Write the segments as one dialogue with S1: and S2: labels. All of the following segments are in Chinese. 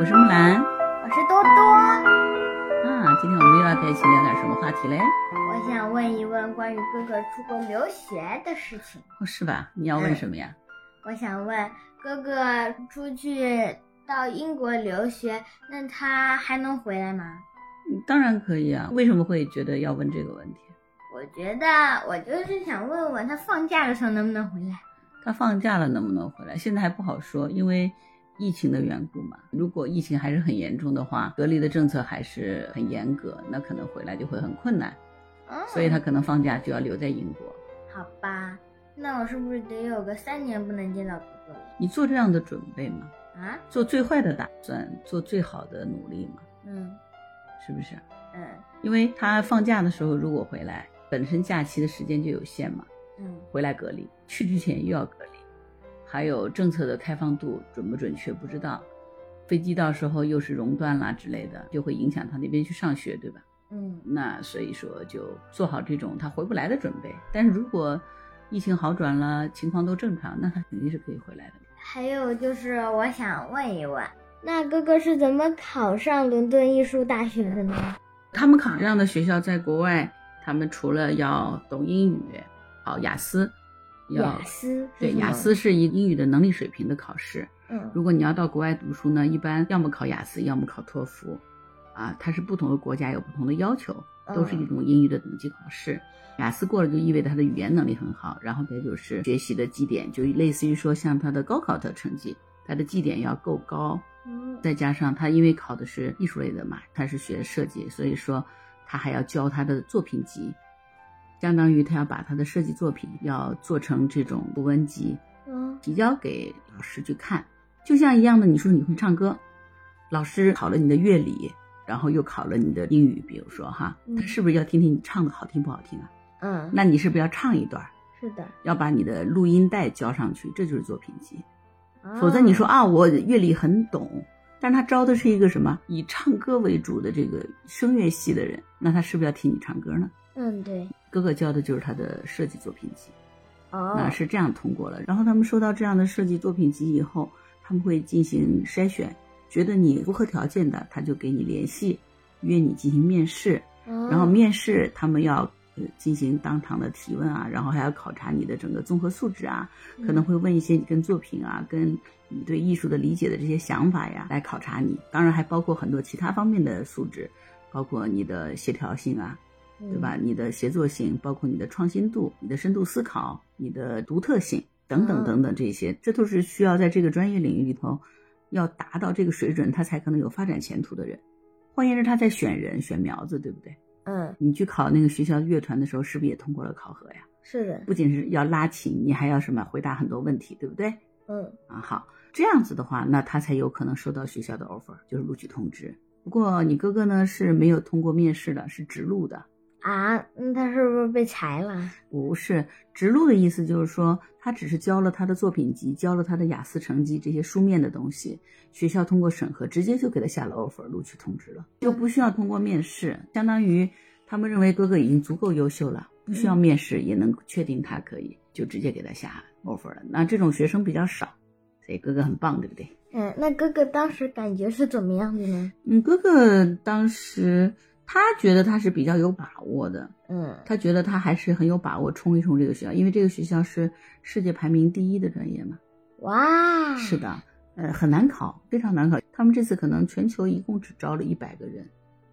S1: 我是木兰。
S2: 我是多多，
S1: 啊，今天我们又要在一起聊点什么话题嘞？哦
S2: 我想问一问关于哥哥出国留学的事情。
S1: 哦，是吧？你要问
S2: 嗯
S1: 什么呀？
S2: 我想问哥哥出去到英国留学，那他还能回来吗？
S1: 嗯当然可以啊。为什么会觉得要问这个问题？
S2: 我觉得我就是想问问他放假的时候能不能回来。
S1: 他放假了能不能回来？现在还不好说，因为疫情的缘故嘛。如果疫情还是很严重的话，隔离的政策还是很严格，那可能回来就会很困难。
S2: 嗯，
S1: 所以他可能放假就要留在英国。
S2: 好吧，那我是不是得有个三年不能见到哥哥了
S1: 你做这样的准备吗？
S2: 啊？
S1: 做最坏的打算，做最好的努力嘛，
S2: 嗯
S1: 是不是？
S2: 嗯
S1: 因为他放假的时候如果回来，本身假期的时间就有限嘛，
S2: 嗯
S1: 回来隔离，去之前又要隔离，还有政策的开放度准不准确不知道，飞机到时候又是熔断啦之类的，就会影响他那边去上学，对吧？
S2: 嗯
S1: 那所以说就做好这种他回不来的准备。但是如果疫情好转了，情况都正常，那他肯定是可以回来的。
S2: 还有就是，我想问一问，那哥哥是怎么考上伦敦艺术大学的呢？
S1: 他们考这样的学校，在国外，他们除了要懂英语，考雅思，要
S2: 嗯雅思是
S1: 对
S2: 什么
S1: 雅思，是一英语的能力水平的考试。
S2: 嗯
S1: 如果你要到国外读书呢，一般要么考雅思，要么考托福，啊，它是不同的国家有不同的要求，都是一种英语的等级考试。雅思过了就意味着他的语言能力很好，然后再就是学习的基点，就类似于说像他的高考的成绩，他的基点要够高，
S2: 嗯
S1: 再加上他因为考的是艺术类的嘛，他是学设计，所以说他还要教他的作品集，相当于他要把他的设计作品要做成这种图文集，
S2: 嗯
S1: 提交给老师去看。就像一样的，你说你会唱歌，老师考了你的乐理，然后又考了你的英语，比如说哈，
S2: 嗯
S1: 他是不是要听听你唱的好听不好听啊？
S2: 嗯，
S1: 那你是不是要唱一段儿？
S2: 是的，
S1: 要把你的录音带交上去，这就是作品集。
S2: 啊
S1: 否则你说啊，我乐理很懂，但他招的是一个什么以唱歌为主的这个声乐系的人，那他是不是要听你唱歌呢？
S2: 嗯对
S1: 哥哥教的就是他的设计作品集，
S2: 哦
S1: 那啊是这样通过了。然后他们收到这样的设计作品集以后，他们会进行筛选，觉得你符合条件的，他就给你联系，约你进行面试。
S2: 哦嗯
S1: 然后面试他们要呃进行当场的提问啊，然后还要考察你的整个综合素质啊，
S2: 嗯
S1: 可能会问一些你跟作品啊、跟你对艺术的理解的这些想法呀来考察你。当然还包括很多其他方面的素质，包括你的协调性啊，
S2: 嗯
S1: 对吧？？你的协作性，包括你的创新度、你的深度思考、你的独特性等等
S2: 嗯
S1: 等等这些，这都是需要在这个专业领域里头要达到这个水准，他才可能有发展前途的人。换言之，他在选人、选苗子，对不对？
S2: 嗯嗯
S1: 你去考那个学校乐团的时候，是不是也通过了考核呀？
S2: 是的
S1: 不仅是要拉琴，你还要什么回答很多问题，对不对？
S2: 嗯
S1: 啊，好，这样子的话，那他才有可能收到学校的 offer，就是录取通知。不过你哥哥呢是没有通过面试的，是直录的。
S2: 啊，那他是不是被裁了？
S1: 不是直录的意思，就是说他只是交了他的作品集，交了他的雅思成绩这些书面的东西，学校通过审核直接就给他下了 offer 录取通知了，就不需要通过面试，相当于他们认为哥哥已经足够优秀了，不需要面试也能确定他可以，就直接给他下 offer 了。那这种学生比较少，所以哥哥很棒，对不对？
S2: 嗯，那哥哥当时感觉是怎么样的呢？
S1: 嗯，哥哥当时他觉得他是比较有把握的，
S2: 嗯
S1: 他觉得他还是很有把握冲一冲这个学校，因为这个学校是世界排名第一的专业嘛。
S2: 哇，
S1: 是的，呃，很难考，非常难考。他们这次可能全球一共只招了一百个人，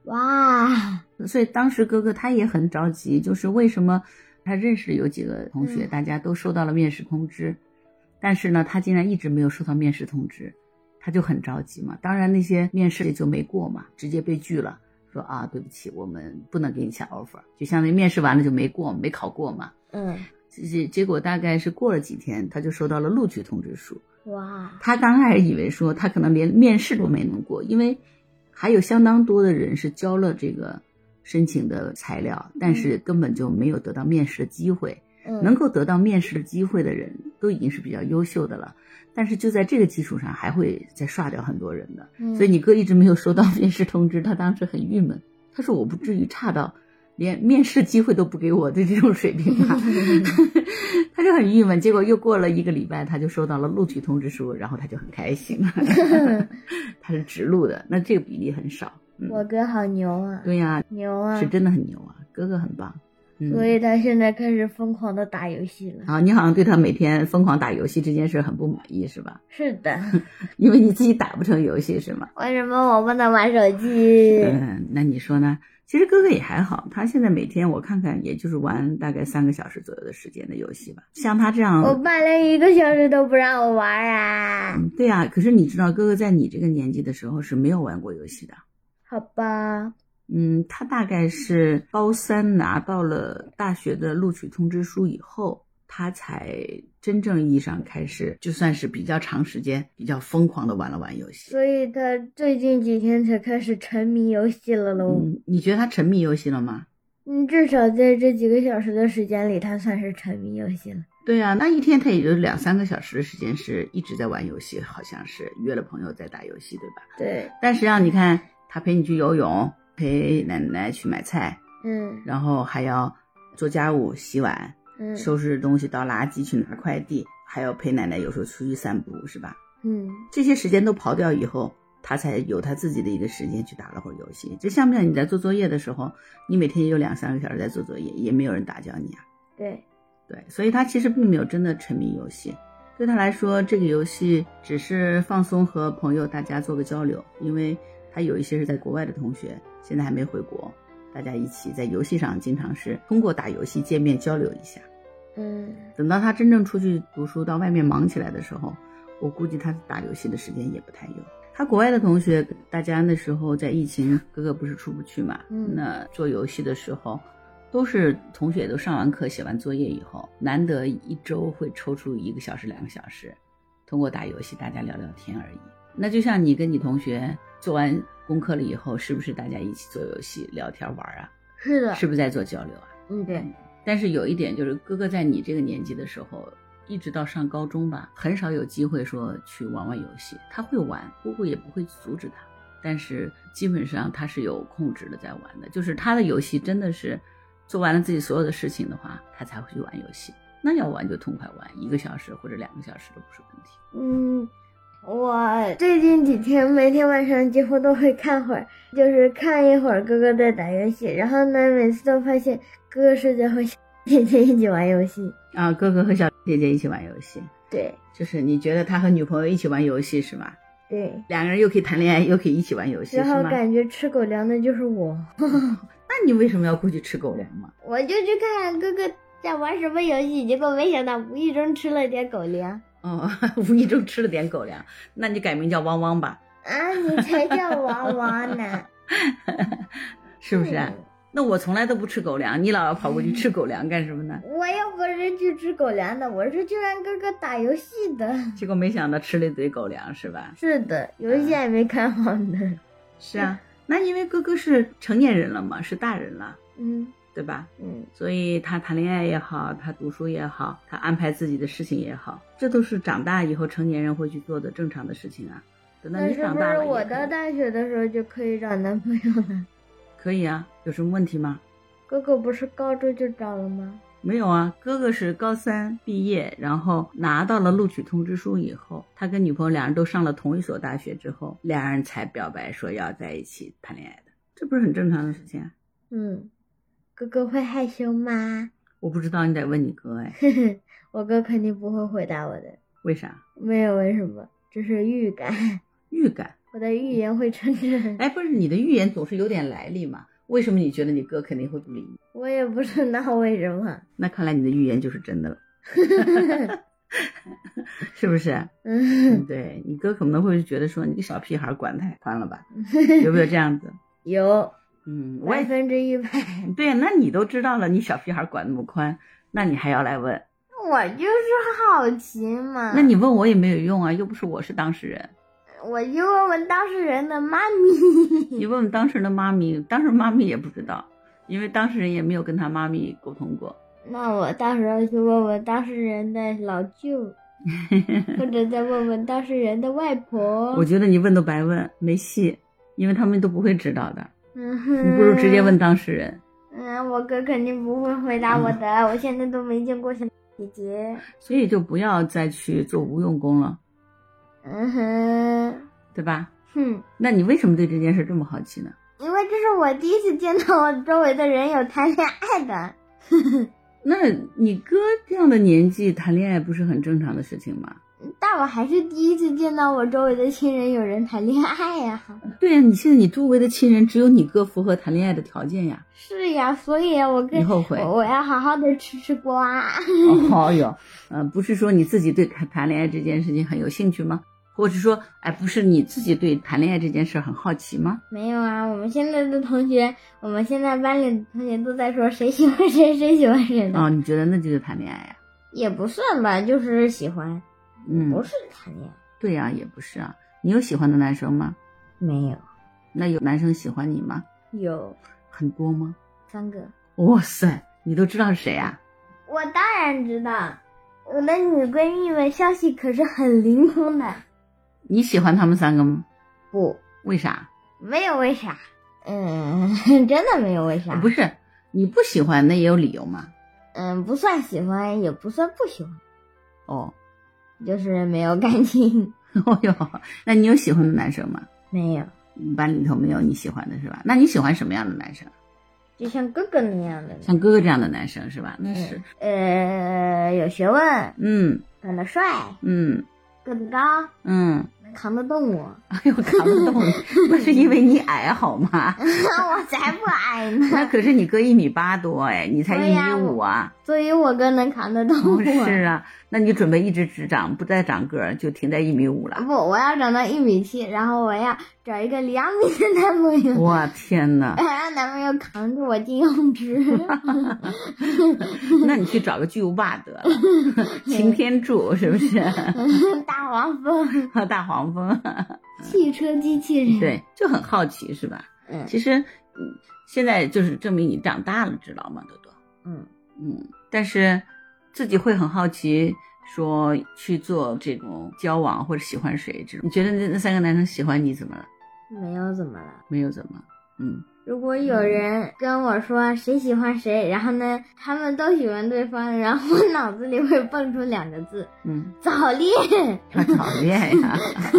S2: 哇，
S1: 所以当时哥哥他也很着急，就是为什么他认识有几个同学，
S2: 嗯
S1: 大家都收到了面试通知，但是呢，他竟然一直没有收到面试通知，他就很着急嘛。当然那些面试也就没过嘛，直接被拒了。说啊，对不起，我们不能给你下 offer，就相当于面试完了就没过，没考过嘛。
S2: 嗯
S1: 结结果大概是过了几天，他就收到了录取通知书。
S2: 哇，
S1: 他刚开始以为说他可能连面试都没能过，因为还有相当多的人是交了这个申请的材料，但是根本就没有得到面试的机会。
S2: 嗯
S1: 能够得到面试的机会的人，都已经是比较优秀的了。但是就在这个基础上，还会再刷掉很多人的。
S2: 嗯
S1: 所以你哥一直没有收到 面试通知，他当时很郁闷。他说：“我不至于差到连面试机会都不给我的这种水平吧？” 他就很郁闷。 结果又过了一个礼拜，他就收到了录取通知书，然后他就很开心了。它是直路的，那这个比例很少。嗯、
S2: 我哥好牛啊！
S1: 对呀、
S2: 牛啊！
S1: 是真的很牛啊，哥哥很棒。嗯，
S2: 所以他现在开始疯狂的打游戏了。
S1: 啊，你好像对他每天疯狂打游戏这件事很不满意是吧？
S2: 是 的，
S1: 因为你自己打不成游戏是吗？
S2: 为什么我不能玩手机？
S1: 嗯，那你说呢？其实哥哥也还好，他现在每天我看看，也就是玩大概三个小时左右的时间的游戏吧。像他这样，
S2: 我爸连一个小时都不让我玩啊！
S1: 嗯对呀、可是你知道，哥哥在你这个年纪的时候是没有玩过游戏的。
S2: 好吧，
S1: 嗯，他大概是高三拿到了大学的录取通知书以后，他才真正意义上开始，就算是比较长时间、比较疯狂的玩了玩游戏。
S2: 所以他最近几天才开始沉迷游戏了喽。
S1: 嗯，你觉得他沉迷游戏了吗？
S2: 嗯，至少在这几个小时的时间里，他算是沉迷游戏了。
S1: 对呀、那一天他也就两三个小时的时间是一直在玩游戏，好像是约了朋友在打游戏，对吧？
S2: 对，
S1: 但实际上你看，他陪你去游泳，陪奶奶去买菜，
S2: 嗯
S1: 然后还要做家务、洗碗，
S2: 嗯
S1: 收拾东西、倒垃圾、去拿快递，还要陪奶奶有时候出去散步，是吧？
S2: 嗯，
S1: 这些时间都刨掉以后，他才有他自己的一个时间去打了会儿游戏。这像不像你在做作业的时候，你每天也有两三个小时在做作业，也没有人打搅你啊？
S2: 对，
S1: 对，所以他其实并没有真的沉迷游戏。对他来说，这个游戏只是放松和朋友大家做个交流，因为他有一些是在国外的同学，现在还没回国，大家一起在游戏上经常是通过打游戏见面交流一下。
S2: 嗯
S1: 等到他真正出去读书，到外面忙起来的时候，我估计他打游戏的时间也不太有。他国外的同学，大家那时候在疫情，哥哥不是出不去嘛，
S2: 嗯
S1: 那做游戏的时候，都是同学都上完课、写完作业以后，难得一周会抽出一个小时、两个小时，通过打游戏大家聊聊天而已。那就像你跟你同学做完功课了以后，是不是大家一起做游戏、聊天、玩啊？
S2: 是的，
S1: 是不是在做交流啊？
S2: 嗯对，
S1: 但是有一点就是，哥哥在你这个年纪的时候，一直到上高中吧，很少有机会说去玩玩游戏。他会玩，姑姑也不会阻止他，但是基本上他是有控制的在玩的。就是他的游戏真的是做完了自己所有的事情的话，他才会去玩游戏。那要玩就痛快玩，一个小时或者两个小时都不是问题。
S2: 嗯，我最近几天每天晚上几乎都会看会儿，就是看一会儿哥哥在打游戏，然后呢，每次都发现哥哥睡 觉和小姐姐一起玩游戏。
S1: 啊，哥哥和小姐姐一起玩游戏，
S2: 对
S1: 就是你觉得他和女朋友一起玩游戏是吗？
S2: 对，
S1: 两个人又可以谈恋爱，又可以一起玩游戏是
S2: 然后
S1: 吗？
S2: 感觉吃狗粮的就是我，
S1: 那你为什么要过去吃狗粮嘛？
S2: 我就去看哥哥在玩什么游戏，结果没想到无意中吃了点狗粮。
S1: 哦， 无意中吃了点狗粮，那你就改名叫汪汪吧，
S2: 啊，你才叫娃娃 呢！
S1: 是不是、
S2: 嗯
S1: 啊？那我从来都不吃狗粮，你老要跑过去吃狗粮干什么呢？
S2: 我又不是去吃狗粮的，我是去看哥哥打游戏的。
S1: 结果没想到吃了一堆狗粮，是吧？
S2: 是的，嗯游戏还没看好呢。
S1: 是啊，那因为哥哥是成年人了嘛，是大人了，
S2: 嗯
S1: 对吧？
S2: 嗯，
S1: 所以他谈恋爱也好，他读书也好，他安排自己的事情也好，这都是长大以后成年人会去做的正常的事情啊。等到
S2: 那
S1: 你
S2: 是
S1: 长
S2: 不
S1: 大
S2: 是
S1: 了也可以，
S2: 我到大学的时候就可以找男朋友了？
S1: 可以啊，有什么问题吗？
S2: 哥哥不是高中就找了吗？
S1: 没有啊，哥哥是高三毕业，然后拿到了录取通知书以后，他跟女朋友两人都上了同一所大学之后，两人才表白说要在一起谈恋爱的，这不是很正常的事情啊？
S2: 嗯，哥哥会害羞吗？
S1: 我不知道，你得问你哥哎，
S2: 我哥肯定不会回答我的，
S1: 为啥？
S2: 没有为什么，这是预感，
S1: 预感？
S2: 我的预言会成真。
S1: 哎，不是你的预言总是有点来历嘛？为什么你觉得你哥肯定会不理你？
S2: 我也不知道为什么。
S1: 那看来你的预言就是真的了， 是不是？
S2: 嗯，
S1: 嗯，对你哥可能会觉得说你个小屁孩管太宽了吧？有没有这样子？
S2: 有
S1: 嗯，我
S2: 百
S1: 也
S2: 分之一百，
S1: 对呀，那你都知道了，你小屁孩管那么宽，那你还要来问？
S2: 我就是好奇嘛。
S1: 那你问我也没有用啊，又不是我是当事人。
S2: 我就问问当事人的妈咪。
S1: 你问问当事人的妈咪，当事人妈咪也不知道，因为当事人也没有跟他妈咪沟通过。
S2: 那我到时候去问问当事人的老舅，或者再问问当事人的外婆。
S1: 我觉得你问都白问，没戏，因为他们都不会知道的。
S2: 嗯
S1: 你
S2: 哼，
S1: 不如直接问。当事人。
S2: 嗯，我哥肯定不会回答我的，我现在都没见过小姐姐。
S1: 所以就不要再去做无用功了，
S2: 嗯哼，
S1: 对吧？
S2: 哼，
S1: 那你为什么对这件事这么好奇呢？
S2: 因为这是我第一次见到我周围的人有谈恋爱的。
S1: 那你哥这样的年纪谈恋爱不是很正常的事情吗？
S2: 但我还是第一次见到我周围的亲人有人谈恋爱啊呀、
S1: 对呀、你现在你周围的亲人只有你哥符合谈恋爱的条件 呀，
S2: 是呀，所以我
S1: 你
S2: 跟
S1: 后悔？
S2: 我我要好好的吃吃瓜。
S1: 哦哟，呃，不是说你自己对谈谈恋爱这件事情很有兴趣吗？或者说，哎，不是你自己对谈恋爱这件事很好奇吗？
S2: 没有啊，我们现在的同学，我们现在班里的同学都在说谁喜欢谁，谁喜欢谁呢？
S1: 啊、你觉得那就是谈恋爱呀、
S2: 也不算吧，就是喜欢，不
S1: 嗯，
S2: 是谈恋爱。
S1: 对呀、也不是啊。你有喜欢的男生吗？
S2: 没有，
S1: 那有男生喜欢你吗？
S2: 有
S1: 很多吗？
S2: 三个。
S1: 哇塞，你都知道是谁啊？
S2: 我当然知道，我的女闺蜜们消息可是很灵通的。
S1: 你喜欢他们三个吗？
S2: 不，
S1: 为啥？
S2: 没有为啥。嗯， 真的没有为啥。
S1: 哎不是，你不喜欢那也有理由嘛？
S2: 嗯，不算喜欢，也不算不喜欢，
S1: 哦，
S2: 就是没有感情。
S1: 哦哟，那你有喜欢的男生吗？
S2: 没有，
S1: 班里头没有你喜欢的是吧？那你喜欢什么样的男生？
S2: 就像哥哥那样的。
S1: 像哥哥这样的男生是吧？那是，
S2: 呃，有学问，
S1: 嗯
S2: 长得帅，
S1: 嗯
S2: 个子高，
S1: 嗯，
S2: 能扛得动我。
S1: 哎呦，扛不动你，那是因为你矮好吗？
S2: 我才不矮 呢。
S1: 那可是你哥一米八多哎，你才一
S2: 对呀
S1: 米五啊！
S2: 所以我哥能扛得动
S1: 不
S2: 我。
S1: 是啊，那你准备一直只长，不再长个儿，就停在一米五了。
S2: 不，我要长到一米七，然后我要找一个两米的男朋友，
S1: 我天哪！
S2: 让男朋友扛住我进泳池。
S1: 那你去找个巨无霸得了，擎天柱是不是？
S2: 大黄蜂，
S1: 大黄蜂，
S2: 汽车机器人。，
S1: 对，就很好奇是吧？
S2: 嗯
S1: 其实，嗯，现在就是证明你长大了，知道吗，多多？
S2: 嗯，
S1: 嗯，但是自己会很好奇，说去做这种交往或者喜欢谁这种。你觉得那那三个男生喜欢你怎么了？
S2: 没有怎么了。
S1: 没有怎么，嗯，
S2: 如果有人跟我说谁喜欢谁，然后呢，他们都喜欢对方，然后我脑子里会蹦出两个字：
S1: 嗯，
S2: 早 恋。
S1: 要早恋呀。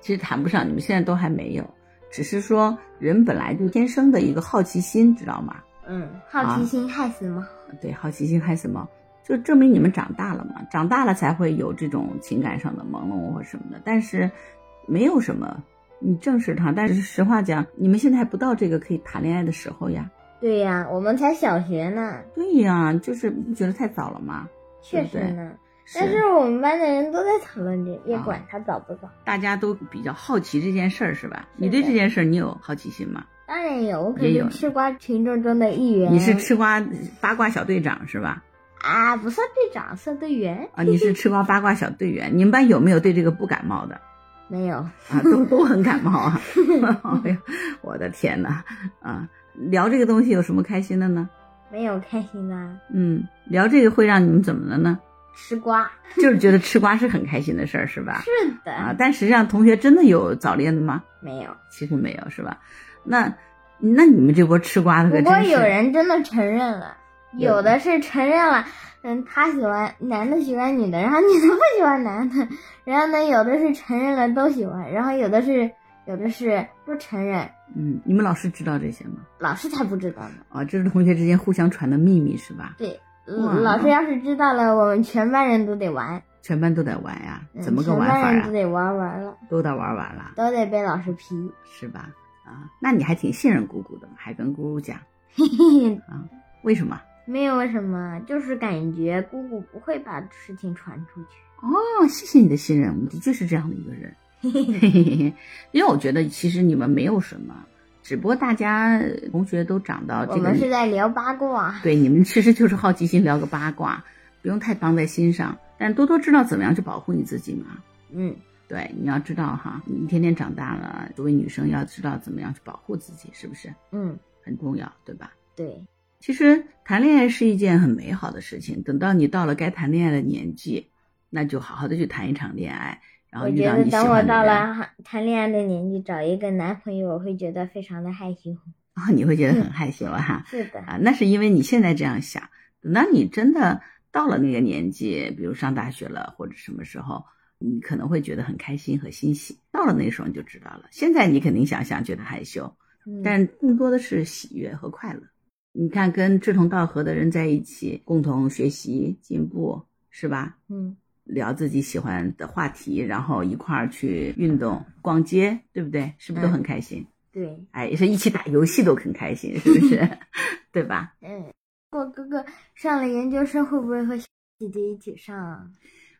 S1: 其实谈不上，你们现在都还没有，只是说人本来就天生的一个好奇心，知道吗？
S2: 嗯，
S1: 啊
S2: 好奇心害死猫。
S1: 对，好奇心害死猫，就证明你们长大了嘛，长大了才会有这种情感上的朦胧或什么的。但是没有什么，你正视它。但是实话讲，你们现在还不到这个可以谈恋爱的时候呀。
S2: 对呀、我们才小学呢，
S1: 对呀，就是你觉得太早了吗？
S2: 确实呢。
S1: 是啊
S2: 但是我们班的人都在讨论这，也管他早不早。
S1: 大家都比较好奇这件事儿，是吧？
S2: 是
S1: 你对
S2: 的
S1: 这件事儿你有好奇心吗？
S2: 当然有，我可
S1: 也有
S2: 是吃瓜群众中的一员。
S1: 你是吃瓜八卦小队长是吧？
S2: 啊，不算队长，算队员。
S1: 啊，你是吃瓜八卦小队员。你们班有没有对这个不感冒的？
S2: 没有，
S1: 啊，都 都很感冒啊！哎呀，我的天呐，啊，聊这个东西有什么开心的呢？
S2: 没有开心的
S1: 嗯，聊这个会让你们怎么了呢？
S2: 吃瓜。
S1: 就是觉得吃瓜是很开心的事儿，是吧？
S2: 是的，
S1: 啊，但实际上同学真的有早恋的吗？
S2: 没有。
S1: 其实没有，是吧？那那你们这波吃瓜的可
S2: 不
S1: 真
S2: 过
S1: 是
S2: 有人真的承认了，
S1: 有
S2: 有的是承认了，嗯，他喜欢男的喜欢女的，然后女的不喜欢男的，然后呢，有的是承认了都喜欢，然后有的是有的是不承认，
S1: 嗯，你们老师知道这些吗？
S2: 老师才不知道呢。
S1: 啊，这是同学之间互相传的秘密，是吧？
S2: 对，
S1: 哇
S2: 老师要是知道了，我们全班人都得玩，
S1: 全班都得玩呀、
S2: 嗯
S1: 怎么个
S2: 全
S1: 玩
S2: 班
S1: 法
S2: 人
S1: 呀、
S2: 都得玩完了，
S1: 都得玩完了，
S2: 都得被老师批。
S1: 是吧？啊，那你还挺信任姑姑的嘛，还跟姑姑讲，为什么？
S2: 没有为什么，就是感觉姑姑不会把事情传出去。
S1: 哦，谢谢你的信任，我的确是这样的一个人。嘿嘿嘿， 因为我觉得其实你们没有什么，只不过大家呃同学都长到
S2: 我
S1: 这个
S2: 们
S1: 年，
S2: 是在聊八卦。啊
S1: 对你们其实就是好奇心聊个八卦，不用太放在心上，但多多知道怎么样去保护你自己嘛。
S2: 嗯，
S1: 对，你要知道哈，你天天长大了，作为女生要知道怎么样去保护自己，是不是
S2: 嗯，
S1: 很重要，对吧？
S2: 对，
S1: 其实谈恋爱是一件很美好的事情，等到你到了该谈恋爱的年纪，那就好好的去谈一场恋爱，然后
S2: 我
S1: 遇
S2: 觉
S1: 到你
S2: 得
S1: 喜
S2: 等我
S1: 欢的
S2: 到
S1: 人
S2: 了哈谈恋爱的年纪，找一个男朋友，我会觉得非常的害羞。
S1: 啊、你会觉
S2: 嗯
S1: 得很害羞啊哈
S2: 是的，
S1: 啊，那是因为你现在这样想，等到你真的到了那个年纪，比如上大学了或者什么时候，你可能会觉得很开心和欣喜。到了那时候你就知道了。现在你肯定想想觉得害羞，
S2: 嗯
S1: 但更多的是喜悦和快乐。你看，跟志同道合的人在一起，共同学习进步，是吧？
S2: 嗯
S1: 聊自己喜欢的话题，然后一块儿去运动、逛街，对不对？是不是都很开心？
S2: 对，
S1: 哎，也是一起打游戏都很开心，是不是？ 对吧？
S2: 嗯，我哥哥上了研究生会不会和小姐姐一起上啊？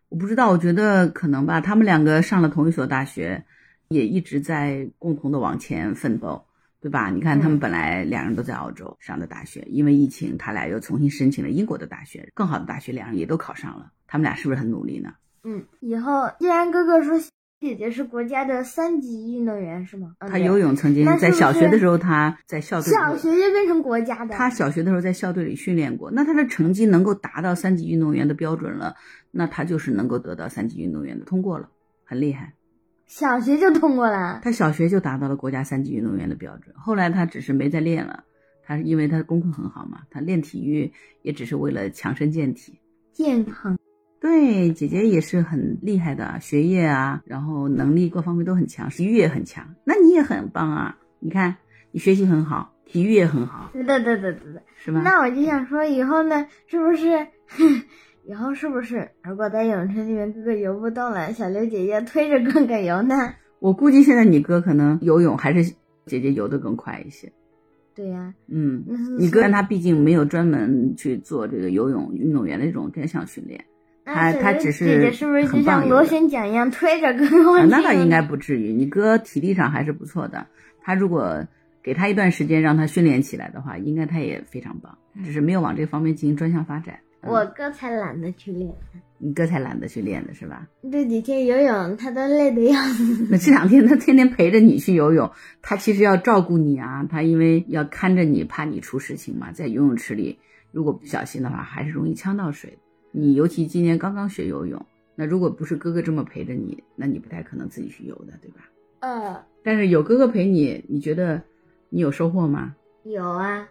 S1: 我不知道，我觉得可能吧。他们两个上了同一所大学，也一直在共同的往前奋斗，对吧？你看，他们
S2: 嗯
S1: 本来两人都在澳洲上的大学，因为疫情，他俩又重新申请了英国的大学，更好的大学，两人也都考上了。他们俩是不是很努力呢？
S2: 嗯，以后既然哥哥说姐姐是国家的三级运动员是吗？嗯
S1: 他
S2: 对
S1: 游泳曾经
S2: 那是
S1: 在
S2: 不
S1: 小学的
S2: 是
S1: 时候，他在校队
S2: 小
S1: 里
S2: 学就变成国家的，
S1: 他小学的时候在校队里训练过，那他的成绩能够达到三级运动员的标准了，那他就是能够得到三级运动员的通过了，很厉害。
S2: 小学就通过了。
S1: 他小学就达到了国家三级运动员的标准，后来他只是没再练了，他是因为他功课很好嘛，他练体育也只是为了强身健体。
S2: 健康，
S1: 对，姐姐也是很厉害的，学业啊，然后能力各方面都很强，体育也很强，那你也很棒啊！你看，你学习很好，体育也很好，
S2: 对对对对对。
S1: 是吧？
S2: 那我就想说，以后呢，是不是？ 以后是不是，如果在泳池里面哥哥游不动了，小刘姐姐推着哥哥游呢？
S1: 我估计现在你哥可能游泳还是姐姐游得更快一些。
S2: 对呀、
S1: 嗯，
S2: 那
S1: 你哥他毕竟没有专门去做这个游泳运动员的这种专项训练，他
S2: 那小
S1: 他
S2: 刘
S1: 只
S2: 姐姐
S1: 是
S2: 是不是就
S1: 很棒
S2: 像
S1: 游
S2: 螺
S1: 的
S2: 旋桨一样推着哥哥
S1: 啊
S2: 往前游呢、
S1: 那倒应该不至于。你哥体力上还是不错的，他如果给他一段时间让他训练起来的话，应该他也非常棒，只是没有往这方面进行专项发展。嗯
S2: 嗯我哥才懒得去练，
S1: 你哥才懒得去练的是吧？
S2: 这几天游泳他都累得要死。
S1: 那这两天他天天陪着你去游泳，他其实要照顾你啊，他因为要看着你，怕你出事情嘛。在游泳池里，如果不小心的话，还是容易呛到水的。你尤其今年刚刚学游泳，那如果不是哥哥这么陪着你，那你不太可能自己去游的，对吧？
S2: 呃，
S1: 但是有哥哥陪你，你觉得你有收获吗？
S2: 有啊，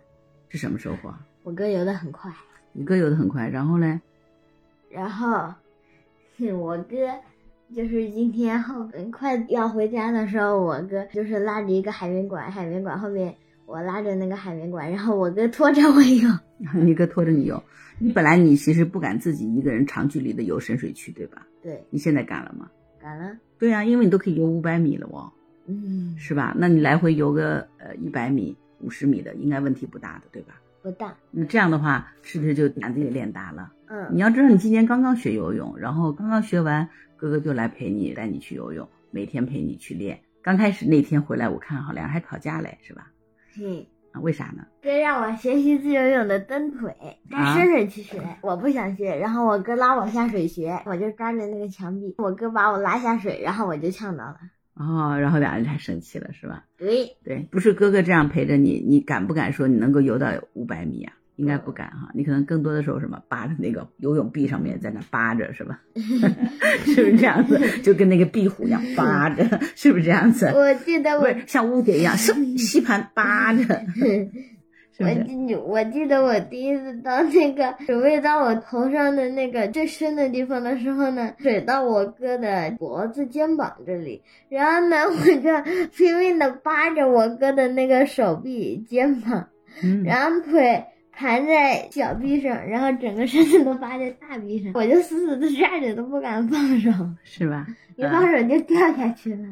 S1: 是什么收获？啊
S2: 我哥游得很快，
S1: 你哥游得很快，然后嘞，
S2: 然后我哥就是今天后面快要回家的时候，我哥就是拉着一个海绵管，海绵管后面我拉着那个海绵管，然后我哥拖着我游。
S1: 你哥拖着你游，你本来你其实不敢自己一个人长距离的游深水区，对吧？
S2: 对，
S1: 你现在敢了吗？
S2: 敢了，
S1: 对呀、因为你都可以游五百米了哦。
S2: 嗯，
S1: 是吧？那你来回游个呃一百米、五十米的，应该问题不大的，对吧？
S2: 不大，
S1: 那这样的话，是不是就把自己练大了？你
S2: 嗯，
S1: 要知道，你今年刚刚学游泳，然后刚刚学完，哥哥就来陪你，带你去游泳，每天陪你去练。刚开始那天回来，我看好俩人还吵架嘞，是吧？
S2: 嘿。
S1: 啊，为啥呢？
S2: 哥让我学习自由泳的蹬腿，他
S1: 啊
S2: 深水区学，我不想学。然后我哥拉我下水学，我就抓着那个墙壁，我哥把我拉下水，然后我就呛到了。
S1: 哦，然后俩人还 生气了，是吧？
S2: 对，
S1: 对，不是哥哥这样陪着你，你敢不敢说你能够游到五百米啊？应该
S2: 嗯
S1: 不敢哈，你可能更多的时候什么扒着那个游泳臂上面在那扒着是吧？ 是不是这样子？就跟那个壁虎一样扒着， 是不是这样子？
S2: 我记得
S1: 不
S2: 我
S1: 是像乌贼一样，是吸盘扒着， 是不
S2: 我
S1: 是？
S2: 记我记得我第一次到那个水位到我头上的那个最深的地方的时候呢，水到我哥的脖子、肩膀这里，然后呢，我就拼命的扒着我哥的那个手臂、肩膀，
S1: 嗯，
S2: 然后腿盘在小臂上，然后整个身子都扒在大臂上，我就死死的抓着都不敢放手，
S1: 是吧？
S2: 一放手就掉下去了。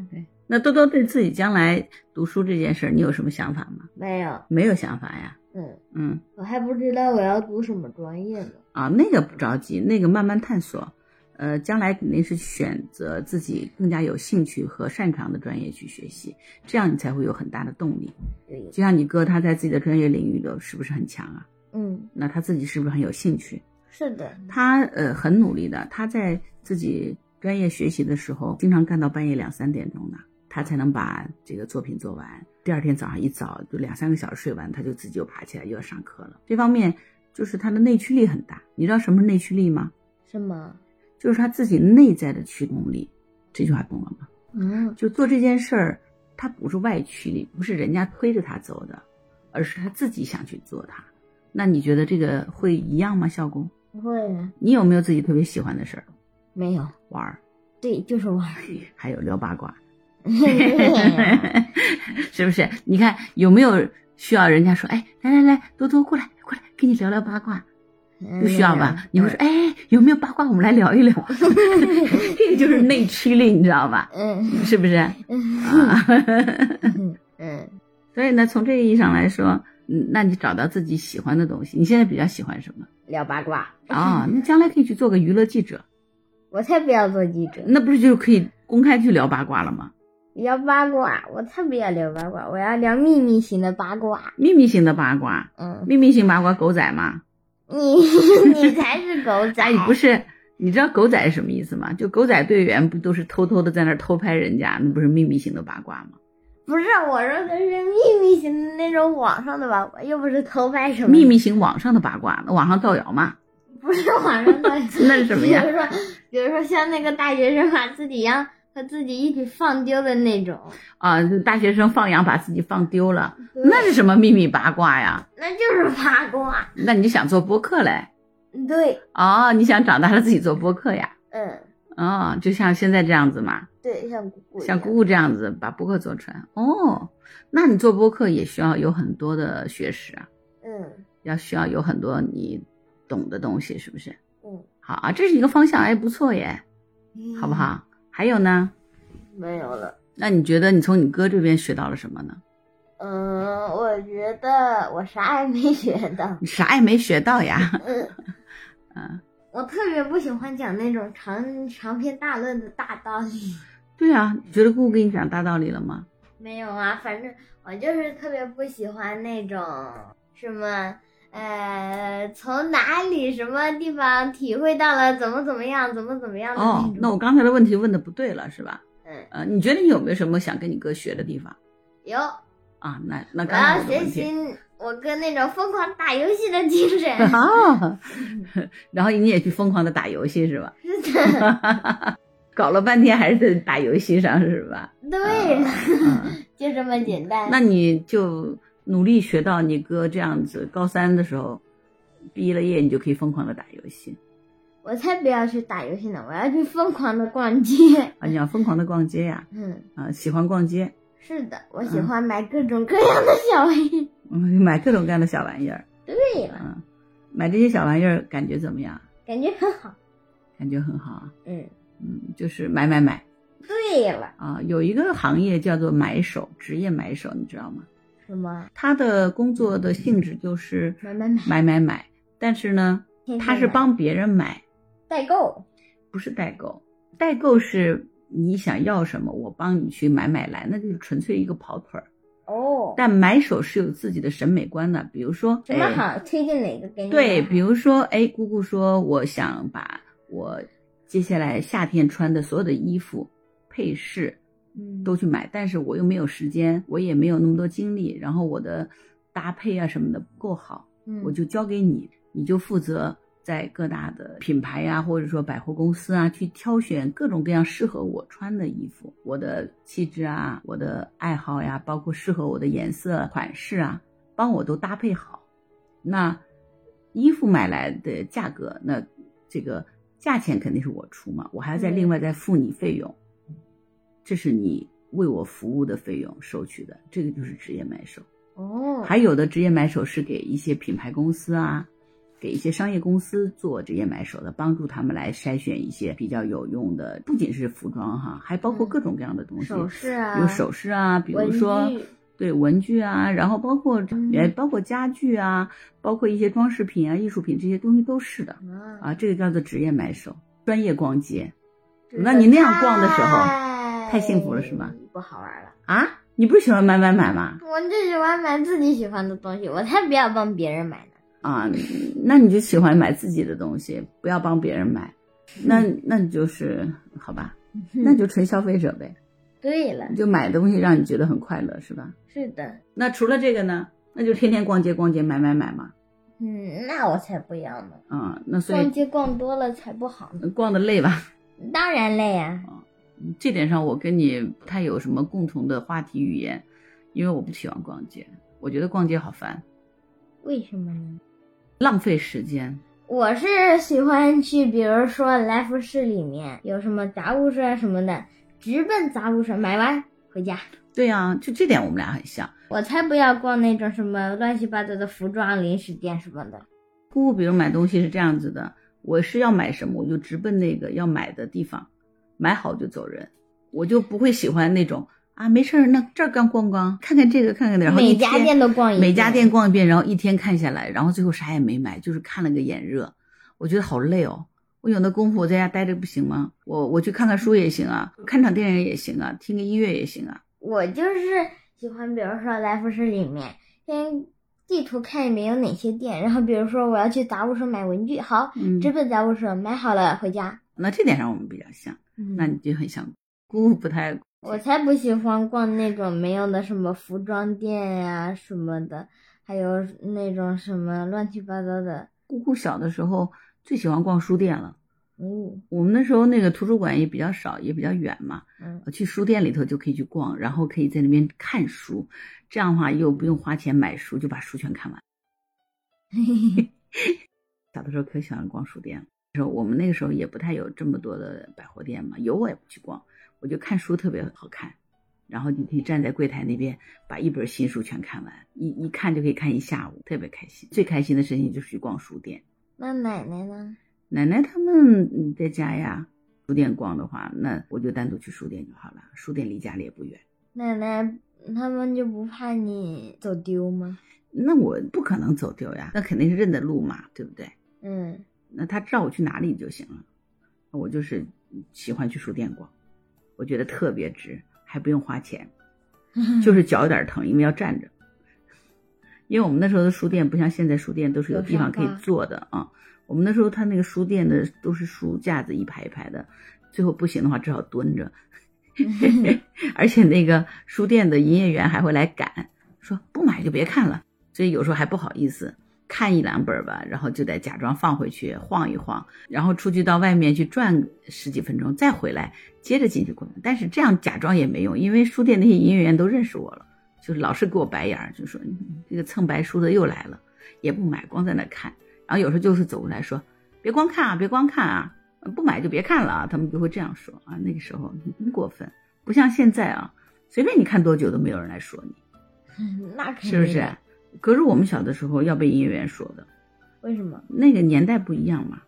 S1: 那多多对自己将来读书这件事儿，你有什么想法吗？
S2: 没有，
S1: 没有想法呀，
S2: 嗯，
S1: 嗯。
S2: 我还不知道我要读什么专业呢。
S1: 啊，那个不着急，那个慢慢探索。呃，将来肯定是选择自己更加有兴趣和擅长的专业去学习，这样你才会有很大的动力。
S2: 对，
S1: 就像你哥他在自己的专业领域的是不是很强啊？
S2: 嗯，
S1: 那他自己是不是很有兴趣？
S2: 是的。
S1: 他呃很努力的，他在自己专业学习的时候，经常干到半夜两三点钟的，他才能把这个作品做完。第二天早上一早就两三个小时睡完，他就自己就爬起来又要上课了。这方面就是他的内驱力很大。你知道什么是内驱力吗？
S2: 是吗？
S1: 就是他自己内在的驱动力。这句话懂了吗？
S2: 嗯
S1: 就做这件事儿，他不是外驱力，不是人家推着他走的，而是他自己想去做它。那你觉得这个会一样吗？效果？
S2: 不会啊，
S1: 你有没有自己特别喜欢的事儿？
S2: 没有，
S1: 玩儿，
S2: 对，就是玩儿。嗯
S1: 还有聊八卦， 是不是？你看有没有需要人家说，哎，来来来，多多过来，过来跟你聊聊八卦，不需要吧？你会说，哎，有没有八卦？我们来聊一 聊，这个就是内驱力，你知道吧？
S2: 嗯？
S1: 是不是？
S2: 嗯
S1: 啊，
S2: 嗯嗯，
S1: 所以呢，从这个意义上来说，嗯，那你找到自己喜欢的东西，你现在比较喜欢什么？
S2: 聊八卦。
S1: 啊、那将来可以去做个娱乐记者，
S2: 我才不要做记者，
S1: 那不是就可以公开去聊八卦了吗？
S2: 聊八卦，我才不要聊八卦，我要聊秘密型的八卦。
S1: 秘密型的八卦，
S2: 嗯，
S1: 秘密型八卦，狗仔嘛，
S2: 你你 才是狗仔，
S1: 哎，不是，你知道狗仔是什么意思吗？就狗仔队员不都是偷偷的在那儿偷拍人家，那不是秘密型的八卦吗？
S2: 不是我说的是秘密型的那种网上的八卦，又不是偷拍什么
S1: 秘，密型网上的八卦，那网上造谣嘛，。
S2: 不是网上的
S1: 那是什么呀
S2: 比如说，比如说像那个大学生把自己让和自己一起放丢的那种，
S1: 啊，大学生放羊把自己放丢了，那是什么秘密八卦呀？
S2: 那就是八卦。
S1: 那你就想做播客嘞？
S2: 对，
S1: 哦，你想长大了自己做播客呀？
S2: 嗯，
S1: 哦，就像现在这样子嘛，
S2: 对，像姑姑一样，
S1: 像姑姑这样子把播客做出来。哦，那你做播客也需要有很多的学识啊，
S2: 嗯
S1: 要需要有很多你懂的东西，是不是？
S2: 嗯，
S1: 好啊，这是一个方向，哎，不错耶，好不？好？还有呢？
S2: 没有了。
S1: 那你觉得你从你哥这边学到了什么呢？
S2: 嗯，我觉得我啥也没学到。
S1: 你啥也没学到呀。
S2: 嗯，
S1: 嗯，
S2: 我特别不喜欢讲那种长长篇大论的大道理。
S1: 对啊，你觉得姑姑跟你讲大道理了吗？
S2: 没有啊，反正我就是特别不喜欢那种什么。呃，从哪里什么地方体会到了怎么怎么样，怎么怎么样的
S1: 哦，
S2: 那
S1: 那
S2: 种。
S1: 我刚才的问题问的不对了，是吧？
S2: 嗯，
S1: 呃，你觉得你有没有什么想跟你哥学的地方
S2: 有，我
S1: 啊？那那刚才
S2: 要
S1: 我的
S2: 学
S1: 问题。
S2: 习我哥那种疯狂打游戏的精 神。
S1: 啊，然后你也去疯狂的打游戏是吧？
S2: 是的，
S1: 搞了半天还是在打游戏上是吧？
S2: 对了，
S1: 嗯，
S2: 就这么简单。
S1: 那你就努力学到你哥这样子，高三的时候毕了业，你就可以疯狂的打游戏
S2: 我才不要去打游戏呢，我要去疯狂的逛街。
S1: 啊！你要疯狂的逛街呀、
S2: 嗯，
S1: 啊，喜欢逛街，
S2: 是的，我喜欢买各种各样的小 玩意。
S1: 嗯，买各种各样的小玩意儿，
S2: 对了，
S1: 嗯，买这些小玩意儿感觉怎么样？
S2: 感觉很好。
S1: 感觉很好啊，
S2: 嗯，
S1: 嗯，就是买买买
S2: 对了，
S1: 啊！有一个行业叫做买手，职业买手，你知道吗？
S2: 什么？
S1: 他的工作的性质就是
S2: 买买买
S1: 买买买，但是呢
S2: 天，天
S1: 他是
S2: 买
S1: 帮别人买，
S2: 代购？
S1: 不是代购。代购是你想要什么，我帮你去买买来，那就是纯粹一个跑腿儿。
S2: 哦，
S1: 但买手是有自己的审美观的，比如说
S2: 什么啊
S1: 哎
S2: 好？推荐哪个给你？
S1: 对，比如说，哎，姑姑说我想把我接下来夏天穿的所有的衣服、配饰
S2: 嗯
S1: 都去买，但是我又没有时间，我也没有那么多精力，然后我的搭配啊什么的不够好，
S2: 嗯
S1: 我就交给你，你就负责在各大的品牌呀、或者说百货公司啊，去挑选各种各样适合我穿的衣服，我的气质啊，我的爱好呀，包括适合我的颜色、款式啊，帮我都搭配好。那衣服买来的价格，那这个价钱肯定是我出嘛，我还要再
S2: 嗯
S1: 另外再付你费用，这是你为我服务的费用收取的，这个就是职业买手。
S2: 哦，
S1: 还有的职业买手是给一些品牌公司啊，给一些商业公司做职业买手的，帮助他们来筛选一些比较有用的，不仅是服装哈，还包括
S2: 嗯
S1: 各种各样的东西，
S2: 首饰啊，
S1: 有首饰啊，比如说
S2: 文具
S1: 对文具啊，然后包括
S2: 嗯
S1: 也包括家具啊，包括一些装饰品啊、艺术品这些东西都是的
S2: 啊，
S1: 啊，这个叫做职业买手，专业逛街
S2: 真的
S1: 那你那样逛的时候
S2: 太
S1: 太幸福了是吗？
S2: 不好玩了，
S1: 啊，你不是喜欢买买买吗？
S2: 我就喜欢买自己喜欢的东西，我才不要帮别人买呢。
S1: 啊，那你就喜欢买自己的东西，不要帮别人买。那
S2: 嗯
S1: 那你就是好吧，那就纯消费者呗，
S2: 对了
S1: 你，就买东西让你觉得很快乐，是吧？
S2: 是的，
S1: 那除了这个呢，那就天天逛街逛街买买买嘛，
S2: 嗯，那我才不要呢。
S1: 啊，那所
S2: 逛
S1: 以嗯
S2: 街逛多了才不好呢。
S1: 逛的累吧？
S2: 当然累啊，
S1: 这点上我跟你不太有什么共同的话题语言，因为我不喜欢逛街，我觉得逛街好烦，
S2: 为什么呢？
S1: 浪费时间。
S2: 我是喜欢去，比如说来福士里面有什么杂物社什么的，直奔杂物社买完回家。
S1: 对呀、就这点我们俩很像。
S2: 我才不要逛那种什么乱七八糟的服装零食店什么的。
S1: 姑姑，比如买东西是这样子的，我是要买什么，我就直奔那个要买的地方，买好就走人，我就不会喜欢那种啊，没事儿，那这儿刚逛逛，看看这个，看看那个，然后一
S2: 每家
S1: 天
S2: 店都逛一遍，
S1: 每家店逛一遍，然后一天看下来，然后最后啥也没买，就是看了个眼热，我觉得好累哦。我有那功夫我在家待着不行吗？我我去看看书也行啊，看场电影也行啊，听个音乐也行啊。
S2: 我就是喜欢，比如说来福士里面，先地图看一遍有哪些店，然后比如说我要去杂物社买文具，好，
S1: 嗯，
S2: 直奔杂物社买好了回家。
S1: 那这点上我们比较像，那你就很像姑姑不太
S2: 我才不喜欢逛那种没用的什么服装店呀、什么的，还有那种什么乱七八糟的。
S1: 姑姑小的时候最喜欢逛书店了。
S2: 嗯
S1: 我们那时候那个图书馆也比较少，也比较远嘛，
S2: 嗯，
S1: 去书店里头就可以去逛，然后可以在那边看书，这样的话又不用花钱买书，就把书全看完。 小的时候可喜欢逛书店了，说我们那个时候也不太有这么多的百货店嘛，有我也不去逛，我就看书特别好看，然后你可以站在柜台那边把一本新书全看完，一一看就可以看一下午，特别开心。最开心的事情就是去逛书店。
S2: 那奶奶呢？
S1: 奶奶他们嗯在家呀，书店逛的话，那我就单独去书店就好了。书店离家里也不远，
S2: 奶奶他们就不怕你走丢吗？
S1: 那我不可能走丢呀，那肯定是认得路嘛，对不对？
S2: 嗯，
S1: 那他知道我去哪里就行了。我就是喜欢去书店逛，我觉得特别值，还不用花钱，就是脚有点疼，因为要站着。因为我们那时候的书店不像现在书店都是有地方可以坐的啊，我们那时候他那个书店的都是书架子一排一排的，最后不行的话只好蹲着。而且那个书店的营业员还会来赶，说不买就别看了，所以有时候还不好意思看一两本儿吧，然后就得假装放回去晃一晃，然后出去到外面去转十几分钟，再回来接着进去逛。但是这样假装也没用，因为书店那些营业员都认识我了，就是老是给我白眼儿，就说嗯这个蹭白书的又来了，也不买，光在那看。然后有时候就是走过来说，别光看啊，别光看啊，不买就别看了啊，他们就会这样说啊。那个时候很过分。不像现在啊，随便你看多久都没有人来说你，
S2: 那肯定。
S1: 是不是？？可是我们小的时候要被营业员说的，
S2: 为什么？
S1: 那个年代不一样嘛。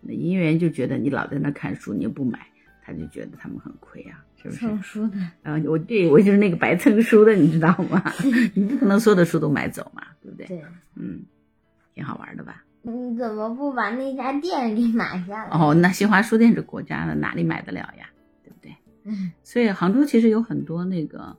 S1: 那营业员就觉得你老在那看书，你又不买，他就觉得他们很亏啊，是不是？
S2: 蹭书的。
S1: 然后我对我就是那个白蹭书的，你知道吗？你不可能所有的书都买走嘛，对不对？
S2: 对。
S1: 嗯，挺好玩的吧？
S2: 你怎么不把那家店给拿下来？
S1: 哦，那新华书店是国家的，哪里买得了呀？对不对？
S2: 嗯，
S1: 所以杭州其实有很多那个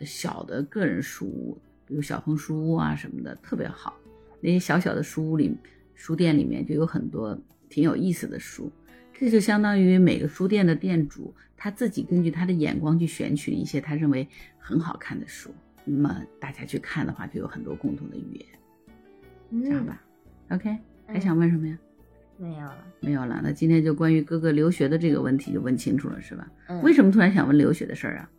S1: 小的个人书屋，比如小鹏书屋啊什么的，特别好。那些小小的书屋里，书店里面就有很多挺有意思的书。这就相当于每个书店的店主他自己根据他的眼光去选取一些他认为很好看的书，那么大家去看的话，就有很多共同的语言，
S2: 嗯
S1: 这样吧、o k 还
S2: 嗯
S1: 想问什么呀？
S2: 没有了。
S1: 没有了，那今天就关于哥哥留学的这个问题就问清楚了，是吧？
S2: 嗯，
S1: 为什么突然想问留学的事儿啊？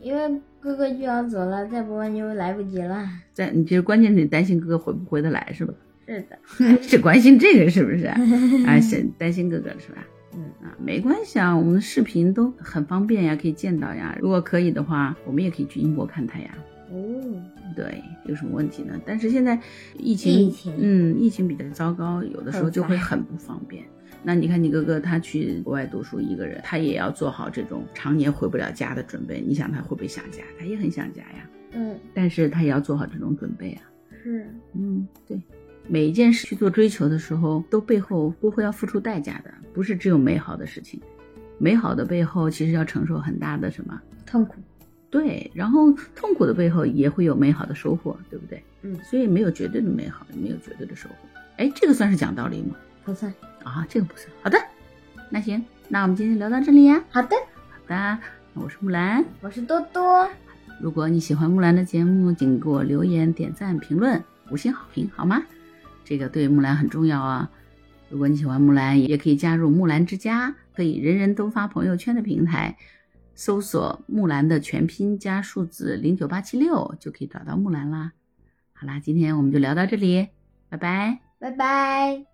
S2: 因为哥哥就要走了，再不问就来不及了。
S1: 在你其实关键是你担心哥哥回不回得来是吧？
S2: 是的，
S1: 只关心这个是不是？ 啊，是担心哥哥是吧？
S2: 嗯
S1: 啊，没关系啊，我们的视频都很方便呀，可以见到呀。如果可以的话，我们也可以去英国看他呀。
S2: 哦，
S1: 对，有什么问题呢？但是现在疫情，
S2: 疫情
S1: 嗯，疫情比较糟糕，有的时候
S2: 很
S1: 就会
S2: 烦
S1: 很不方便。那你看你哥哥他去国外读书一个人，他也要做好这种常年回不了家的准备。你想他会不会想家？他也很想家呀，
S2: 嗯，
S1: 但是他也要做好这种准备啊。
S2: 是，
S1: 嗯，对，每一件事去做追求的时候，都背后都会要付出代价的，不是只有美好的事情。美好的背后，其实要承受很大的什么？
S2: 痛苦。
S1: 对，然后痛苦的背后也会有美好的收获，对不对？
S2: 嗯
S1: 所以没有绝对的美好，也没有绝对的收获。哎，这个算是讲道理吗？
S2: 不算。
S1: 啊，这个不算。好的，那行，那我们今天聊到这里呀、
S2: 好的，
S1: 好的，那我是木兰。
S2: 我是多多，
S1: 如果你喜欢木兰的节目，请给我留言、点赞、评论、五星好评，好吗？这个对木兰很重要啊。如果你喜欢木兰，也可以加入木兰之家，可以人人都发朋友圈的平台，搜索木兰的全拼加数字零九八七六，就可以找到木兰啦。好啦，今天我们就聊到这里，拜拜。
S2: 拜拜。